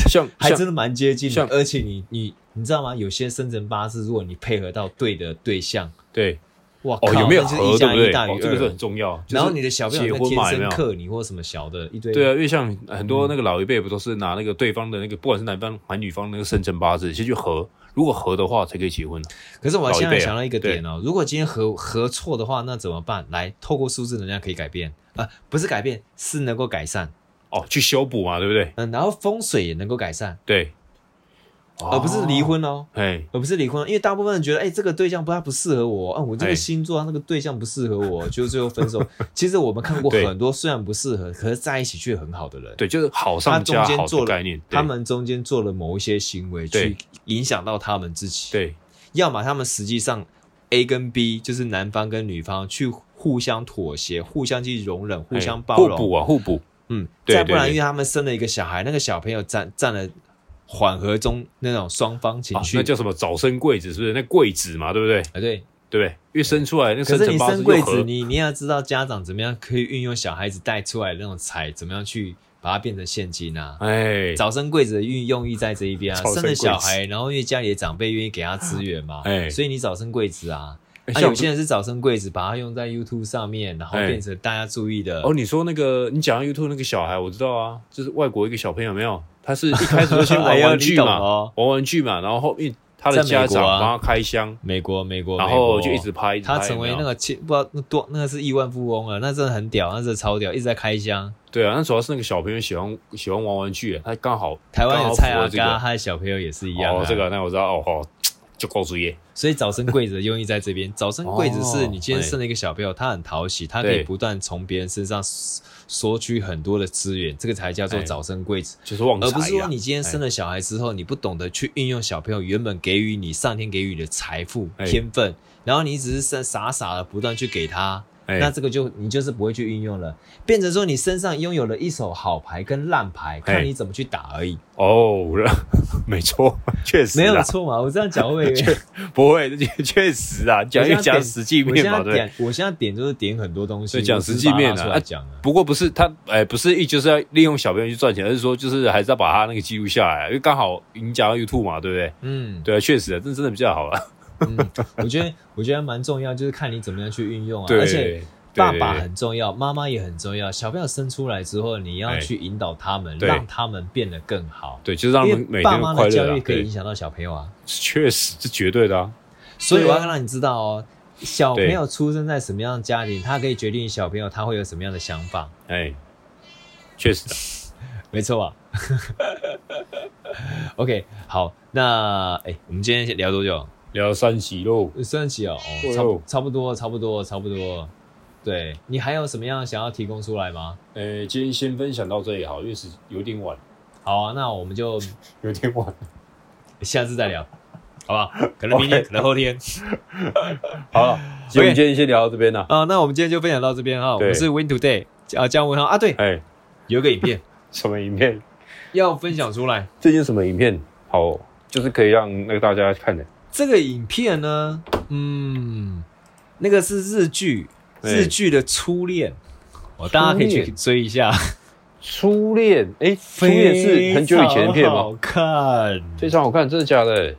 像还像真的蛮接近的。像而且你你你知道吗？有些生辰八字，如果你配合到对的对象，对。哇靠，哦，有没有那就是合一对不加对一？大于哦二。这个是很重要。就是然后你的小朋友结在婚天嘛，有没生有？克你或什么小的一堆，对啊，因为像很多那个老一辈不都是拿那个对方的那个，不管是男方还是女方那个生辰八字，先去合，如果合的话才可以结婚啊。可是我现老一在辈啊想到一个点哦，如果今天合合错的话，那怎么办？来，透过数字能量可以改变啊、不是改变，是能够改善。哦，去修补嘛，对不对？嗯，然后风水也能够改善。对，而不是离婚哦，哎，而不是离婚，因为大部分人觉得，哎、这个对象不他不适合我，啊，我这个哎星座他那个对象不适合我，就最后分 (laughs) 手。其实我们看过对很多虽然不适合，可是在一起却很好的人，对，就是好他上中加间好做的了概念。对他们中间做了某一些行为去对影响到他们自己，，对要么他们实际上 A 跟 B 就是男方跟女方去互相妥协，互相去容忍，互哎相包互容，补啊，互补。嗯，对再不然，对对因为他们生了一个小孩，那个小朋友占占了缓和中那种双方情啊绪，那叫什么早生贵子，是不是？那贵子嘛，对不对？啊对。对不对？因为生出来那个可生是你辰八字生就贵合子，你你要知道家长怎么样可以运用小孩子带出来的那种财，怎么样去把它变成现金啊？哎早生贵子的运用意在这一边啊，早生生贵了子小孩，然后因为家里的长辈愿意给他资源嘛，哎所以你早生贵子啊。哎啊，像有些人是早生贵子，把它用在 YouTube 上面，然后哎变成大家注意的。哦，你说那个你讲到 YouTube 那个小孩，我知道啊，就是外国一个小朋友有没有，他是一开始就先 (laughs) 哎玩呦玩具你嘛，懂哦玩玩具嘛，然后后面他的家在美长国啊帮他开箱，美国，美国，然美后国就一直拍，一直拍他成为有没那有个千不知道那多那个是亿万富翁啊了，那真的很屌，那真的超屌，一直在开箱。对啊，那主要是那个小朋友喜欢喜欢玩玩具，啊他刚好台湾刚有好蔡符合阿啊这个嘎，他的小朋友也是一样、啊。哦，这个那我知道哦，好就够注意，所以早生贵子的用意在这 (laughs) 边。早生贵子是你今天生了一个小朋友，他很讨喜，他可以对不断从别人身上索索取很多的资源，这个才叫做早生贵子，就是旺哎财啊而啦不是说你今天生了小孩之后，你不懂得去运用小朋友原本给予你上天给予你的财富、哎天分，然后你只是傻傻傻的不断去给他，哎那这个就你就是不会去运用了，变成说你身上拥有了一手好牌跟烂牌，哎看你怎么去打而已，哦， (laughs) 没错，确实没有啦错嘛。我这样讲会不会？不会， (laughs) 确确实啊，讲我现一在讲点实际我现面嘛，在对。点，我现在点就是点很多东西，对讲我只是实际面啊把它拿出来讲啊。不过不是他，哎、不是一就是要利用小朋友去赚钱，而是说就是还是要把他那个记录下来，因为刚好你讲到 YouTube 嘛，对不对？嗯，对啊，确实啊，这真的比较好了。嗯，我觉得 (laughs) 我觉得蛮重要，就是看你怎么样去运用啊。对，而且爸爸对很重要，妈妈也很重要。小朋友生出来之后，你要哎去引导他们，对让他们变得更好。对，就是让他因们每为爸天妈都快的乐教啊育。可以对影，响到小朋友啊，确实是绝对的啊。所以我对啊要让你知道哦，小朋友出生在什么样的家庭，他可以决定小朋友他会有什么样的想法，哎，确实的，没错 (laughs) 吧 (laughs) ？OK，好，那哎，我们今天聊多久？聊三喜喽。三期哦，哎哦，呦差不差不多，差不多，差不多。对你还有什么样想要提供出来吗？哎，今天先分享到这里好，因为是有点晚，好啊，那我们就有点晚。下次再聊，好不好？可能明天，可能后天。好了，我们今天先聊到这边了。啊、那我们今天就分享到这边哈。我对们是 Win Today 啊，姜文浩啊，对，哎，有一个影片什么影片？要分享出来。最近什么影片好？就是可以让那个大家看的。这个影片呢，嗯，那个是日剧，对日剧的初恋，我大家可以初去恋追一下。初恋，哎，初恋是很久以前的片非常吗？好看。非常好看，真的假的？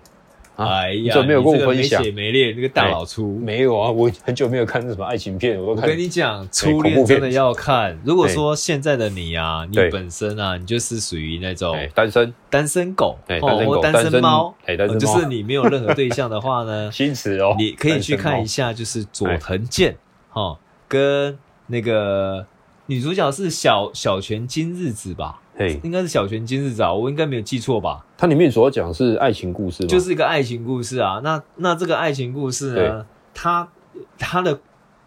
啊哎你呀，怎么没有跟我你这个分享没血没烈那个大老粗。没有啊，我很久没有看这什么爱情片，我都我看跟你讲，初恋真的要看。如果说现在的你啊，你对本身啊，你就是属于那种哎单身，单身狗，哎单哦，身或狗，单身猫，哎单哦身猫，，就是你没有任何对象的话呢新词 (laughs) 哦，你可以去看一下。下，就是佐藤健哦，跟那个女主角是小小泉今日子吧，嘿，应该是小泉今日子啊，我应该没有记错吧？它里面所讲是爱情故事吗？就是一个爱情故事啊。那那这个爱情故事呢，它它的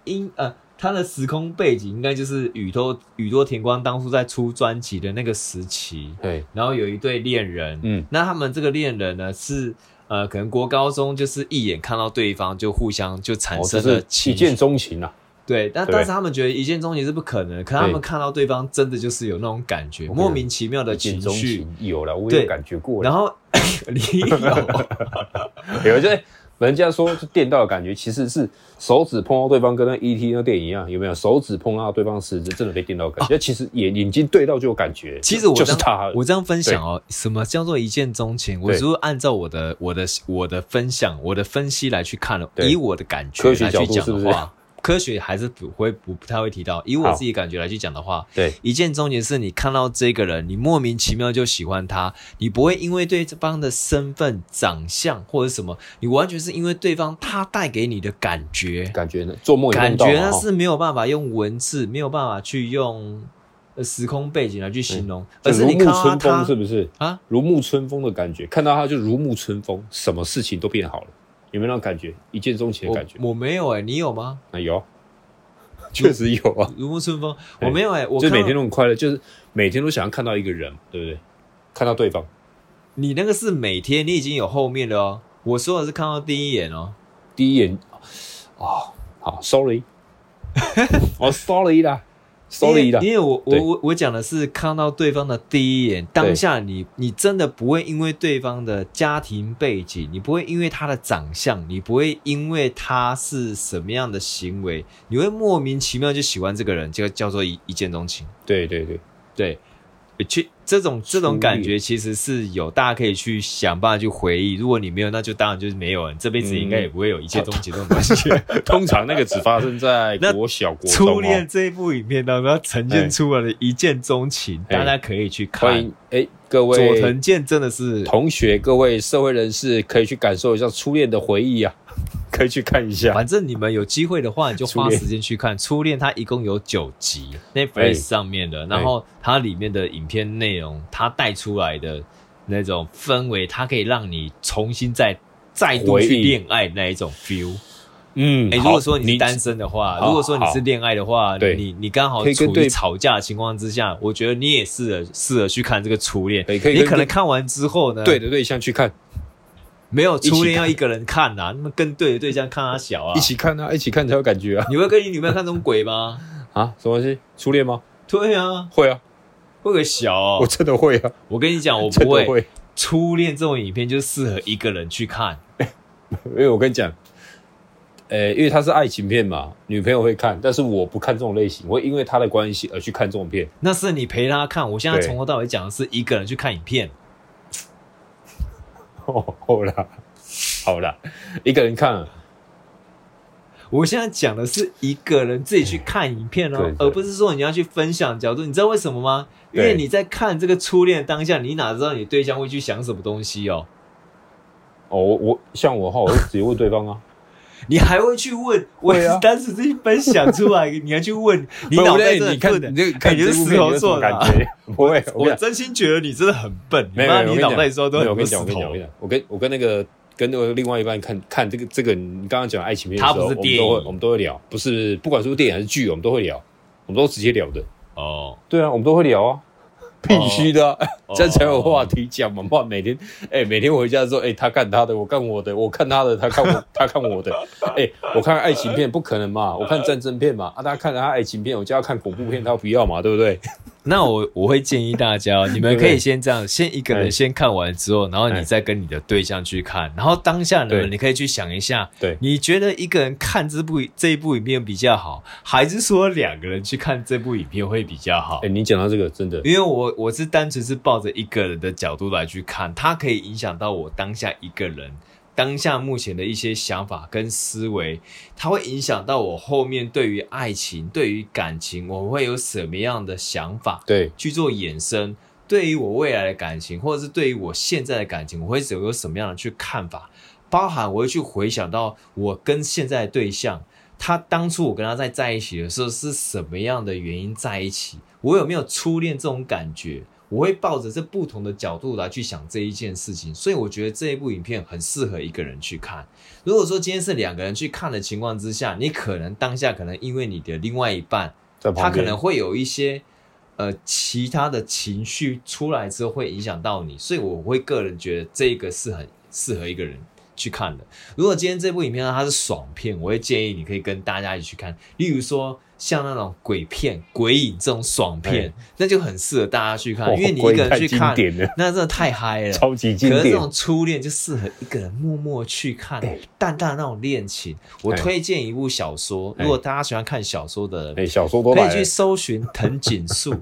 音呃。它的时空背景应该就是宇多宇多田光当初在出专辑的那个时期，对，然后有一对恋人，嗯，那他们这个恋人呢，是呃，可能国高中就是一眼看到对方就互相就产哦，这生了是情一绪、见钟情啊，对，但对但是他们觉得一见钟情是不可能，可是他对们看到对方真的就是有那种感觉，我莫名其妙的一见情钟绪，情有了，我对也感觉过了。然后 (coughs) 你有 (laughs) 有就是哎人家说是电到的感觉，其实是手指碰到对方，跟那 E.T. 那电影一样，有没有？手指碰到对方时，真的被电到的感觉。其实眼眼睛对到就有感觉，啊其实我就是当他，我这样分享哦，什么叫做一见钟情？我对只是按照我的我的我的分享、我的分析来去看了，对以我的感觉科学来角去度讲是不的是话，科学还是不会不不太会提到。以我好自己感觉来去讲的话，对一见钟情是你看到这个人，你莫名其妙就喜欢他，你不会因为对方的身份、长相或者什么，你完全是因为对方他带给你的感觉，感觉呢，做梦也感梦到觉嘛哦那哈是没有办法用文字，没有办法去用呃时空背景来去形容，就而是嗯如你沐看到春他风，是不是？啊，如沐春风的感觉，看到他就如沐春风，什么事情都变好了，有没有那种感觉？一见钟情的我感觉？我没有哎、你有吗？啊， (laughs) 有，确实有啊，如沐春风，哎我没有哎、我就看是每到天都很快乐，就是每天都想要看到一个人，对不对？看到对方，你那个是每天，你已经有后面了哦。我说的是看到第一眼哦，第一眼，哦，好，sorry，哦，sorry 啦，sorry 因为啦，因为我对我我我讲的是看到对方的第一眼，当下你你真的不会因为对方的家庭背景，你不会因为他的长相，你不会因为他是什么样的行为，你会莫名其妙就喜欢这个人，就叫做一一见钟情。对对对，对，去这种这种感初觉其实是有，大家可以去想办法去回忆。如果你没有，那就当然就是没有了，你这辈子应该也不会有一见钟情这种东 (laughs) 西。通常那个只发生在那国小、国中、哦、初恋这一部影片当中它呈现出来的一见钟情，哎大家可以去欢看。迎哎，各位佐藤健真的是同学、各位社会人士可以去感受一下初恋的回忆 (laughs) 啊，可以去看一下。反正你们有机会的话，你就花初恋哎时间去看《初恋》，它一共有九集，Netflix 上面的。然后它里面的影片内容，它带出来的那种氛围，它可以让你重新再再度回忆去恋爱那一种 feel。嗯，哎，如好果说你是单身的话，如果说你好是恋爱的话，对你你刚好可以跟处于对吵架的情况之下，我觉得你也适合适合去看这个《初恋可以可》。以你跟可能对看完之后呢，对的对象去看，没有起初恋看要一个人看呐、啊，那么跟对的对象看他小啊一。起看啊，一起看才有感觉 (laughs) 啊！你会跟你女朋友看这种鬼吗？啊，什么东西？初恋吗？对啊，会啊，会个小、哦我。真的会啊，我跟你讲，我 (laughs) 真不的会。会。初恋这种影片就适合一个人去看。因为我跟你讲，呃，因为它是爱情片嘛，女朋友会看，但是我不看这种类型，我会因为她的关系而去看这种片。 (laughs) 那是你陪他看。我现在对从头到尾讲的是一个人去看影片。好啦，好啦，一个人看啊，我现在讲的是一个人自己去看影片哦对，对而不是说你要去分享角度。你知道为什么吗？因对为你在看这个初恋当下，你哪知道你对象会去想什么东西哦？哦，我我像我的话，我会直接问对方 (laughs) 啊，你还会去问？我对啊 (laughs) 当时自己分享出来，你还去问？ (laughs) 你不是脑我袋真在的你很看笨的你这个看你这是部狮片你头有什座么的感啊。 (laughs) 觉？不会，我我跟你讲真心觉得你真的很笨，没有妈，没有，你我跟脑讲袋装都没很有多我跟你石讲，我跟你讲，头我。跟你讲，我跟我跟那个跟那个另外一半看看这个这个你刚刚讲的爱情片的它时候，不是我们电都会影我们都会聊，不是不管是不是电影还是剧，我们都会聊，我们都直接聊的。哦，对啊，我们都会聊啊， (laughs) 必须的、啊，哦这样才有话题讲嘛。不然每天，哎、每天回家之后，哎、他看他的，我看我的，我看他的，他看 (laughs) 我，他看我的。哎、我看爱情片不可能嘛，我看战争片嘛，啊，他看他爱情片，我就要看恐怖片，他不要嘛，对不对？哦那我我会建议大家，你们可以先这样，先一个人先看完之后，然后你再跟你的对象去看，然后当下呢，对你可以去想一下，对你觉得一个人看这部这一部影片比较好，还是说两个人去看这部影片会比较好哎、？你讲到这个，真的，因为我我是单纯是抱着一个人的角度来去看，它可以影响到我当下一个人当下目前的一些想法跟思维，它会影响到我后面对于爱情、对于感情，我会有什么样的想法？对去做衍生。对于我未来的感情，或者是对于我现在的感情，我会有有什么样的去看法？包含我会去回想到我跟现在的对象，他当初我跟他在在一起的时候是什么样的原因在一起？我有没有初恋这种感觉？我会抱着这不同的角度来去想这一件事情，所以我觉得这一部影片很适合一个人去看。如果说今天是两个人去看的情况之下，你可能当下可能因为你的另外一半在他旁可边能会有一些呃其他的情绪出来之后会影响到你，所以我会个人觉得这个是很适合一个人去看的。如果今天这部影片呢它是爽片，我会建议你可以跟大家一起去看，例如说。像那种鬼片、鬼影这种爽片，那就很适合大家去看，哎哦因为你一个人鬼去太看，经典了，那真的太嗨了。超级经可是这典。种初恋就适合一个人默默去看，淡淡的那种恋情。我哎推荐一部小说，哎如果大家喜欢看小说的人哎、，小说都可来以去了，搜寻藤井树。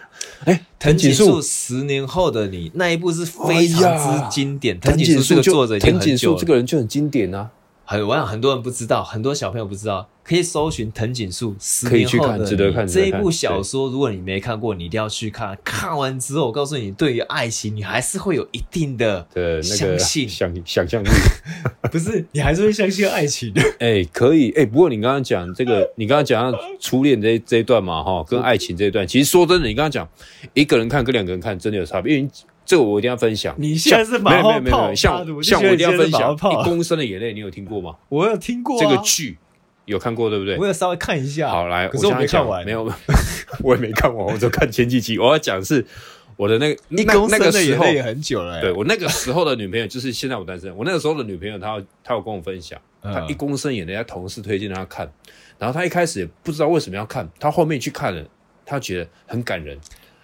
(laughs) 哎藤井藤井树树十年后的你那一部是非常之经典。藤井井树这个就作者已经藤很井久树了，这个人就很经典啊，很我想很多人不知道，很多小朋友不知道，可以搜寻藤井树十可以年去后看的值得看你值得这一看部对小说，如果你没看过，你一定要去看。看完之后，我告诉你，对于爱情，你还是会有一定的的那相个信想想象力。不是，你还是会相信爱情的。哎、可以哎、不过你刚刚讲这个，你刚刚讲到初恋这一这一段嘛，哈，跟爱情这一段，其实说真的，你刚刚讲一个人看跟两个人看真的有差别，因为这个我一定要分享。你现在是马没有没后有没有没炮，有，妈的像我就像觉我得一定要你现在是分马享后炮《一公升的眼泪》，你有听 (laughs) 过吗？我有听啊过啊这个剧有看过对不对我？有稍微看一下。好来，可是我现在没看讲完。没有， (laughs) 我也没看完，我只看前几集。我要讲的是我的那个一那公那升的个时眼候泪也很久了、欸。对，我那个时候的女朋友，就是现在我单身。我那个时候的女朋友，她有她有跟我分享，嗯她一公升眼泪，她同事推荐她看，然后她一开始也不知道为什么要看，她后面去看了，她觉得很感人，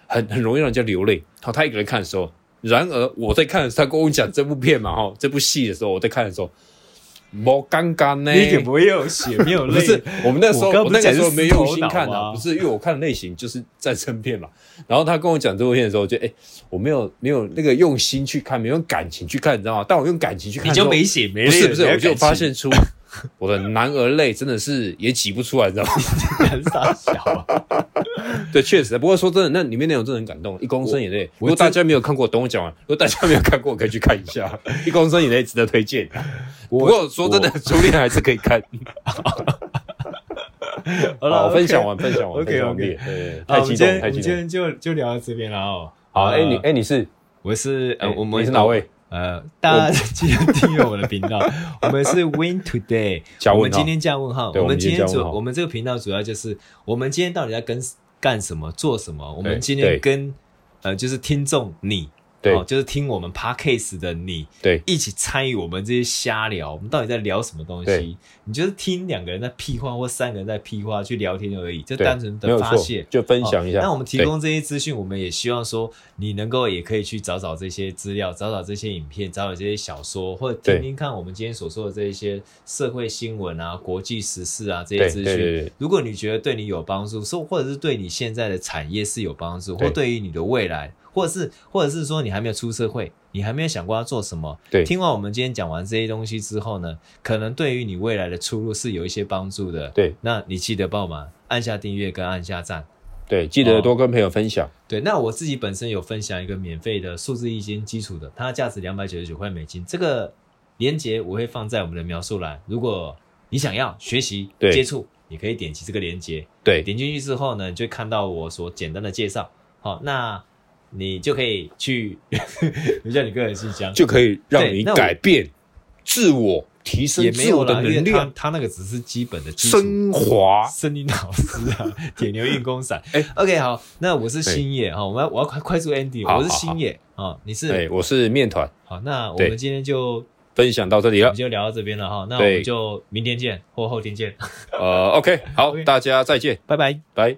很很容易让人家流泪。然后她一个人看的时候，然而我在看的时候，她跟我讲这部片嘛，哦哈，这部戏的时候，我在看的时候，没尴尬呢，哎你一点不会有血没有不泪，是，我们那时候我刚我不那讲个时候没用心是看头脑吗啊，不是因为我看的类型就是战争片嘛。然后他跟我讲这部片的时候，我就哎、我没有没有那个用心去看，没有用感情去看，你知道吗？但我用感情去看你的时就候，没血没泪不了，是不是，你还我就敢发 (laughs) (laughs) 现出我的男儿泪真的是也挤不出来，你知道吗？ (laughs) 很傻小啊。对，确实。不过说真的，那里面内容真的很感动，《一公升眼泪》。如果大家没有看过，等我讲完。如果大家没有看过，可以去看一下 (laughs) 《一公升眼泪》，值得推荐。不过说真的，初恋还是可以看。好了，好，分享 OK 完，分享 (laughs) 完 OK，分 OK 享完毕了对对对好，太我们激今动，天我太们激今动。天就就聊到这边了哦。好，哎、呃你哎、你是我是呃，哎我们你是哪位？呃，大家记得订阅我的频道，我们是 Win Today， (laughs) 加问号我们今天加问号，对我们今天我们今天主加问号我们这个频道主要就是我们今天到底在跟干什么，做什么？我们对今天对跟呃就是听众你对哦就是听我们 podcast 的你，对一起参与我们这些瞎聊，我们到底在聊什么东对西？你就是听两个人在屁话或三个人在屁话去聊天而已，就对单纯没有的发错泄，。哦就分享一下。那我们提对供这些资讯，我们也希望说你能够也可以去找找这些资料，找找这些影片，找找这些小说，或者对听听看我们今天所说的这一些社会新闻啊、国际时事啊这对些资对对讯对。如果你觉得对你有帮助，说或者是对你现在的产业是有帮助，对或对于你的未来，或者是或者是说你还没有出社会，你还没有想过要做什么，对听完我们今天讲完这些东西之后呢，可能对于你未来的出路是有一些帮助的。对那你记得帮我们按下订阅跟按下赞。对，记得哦多跟朋友分享。对，那我自己本身有分享一个免费的数字易经基础的，它的价值两百九十九块美金。这个链接我会放在我们的描述栏，如果你想要学习对接触，你可以点击这个链接。对点进去之后呢，你就会看到我所简单的介绍。好，那你就可以去 (laughs) 留下你个人信箱，就可以让对你那我改变自我，提升也没自有我的啦，因为能它量，它那个只是基本的基础。升华。森林老师 (laughs) 啊，铁牛运功伞。哎 o k 好，那我是星野哈，我们要我要快快速 ending，好我是星野啊，你是对，哎我是面团，好，那我对们今天就分享到这里我了们。就聊到这边了哈，那我对们就明天见或后天见，呃，OK，好 OK，大家再见，拜拜。拜。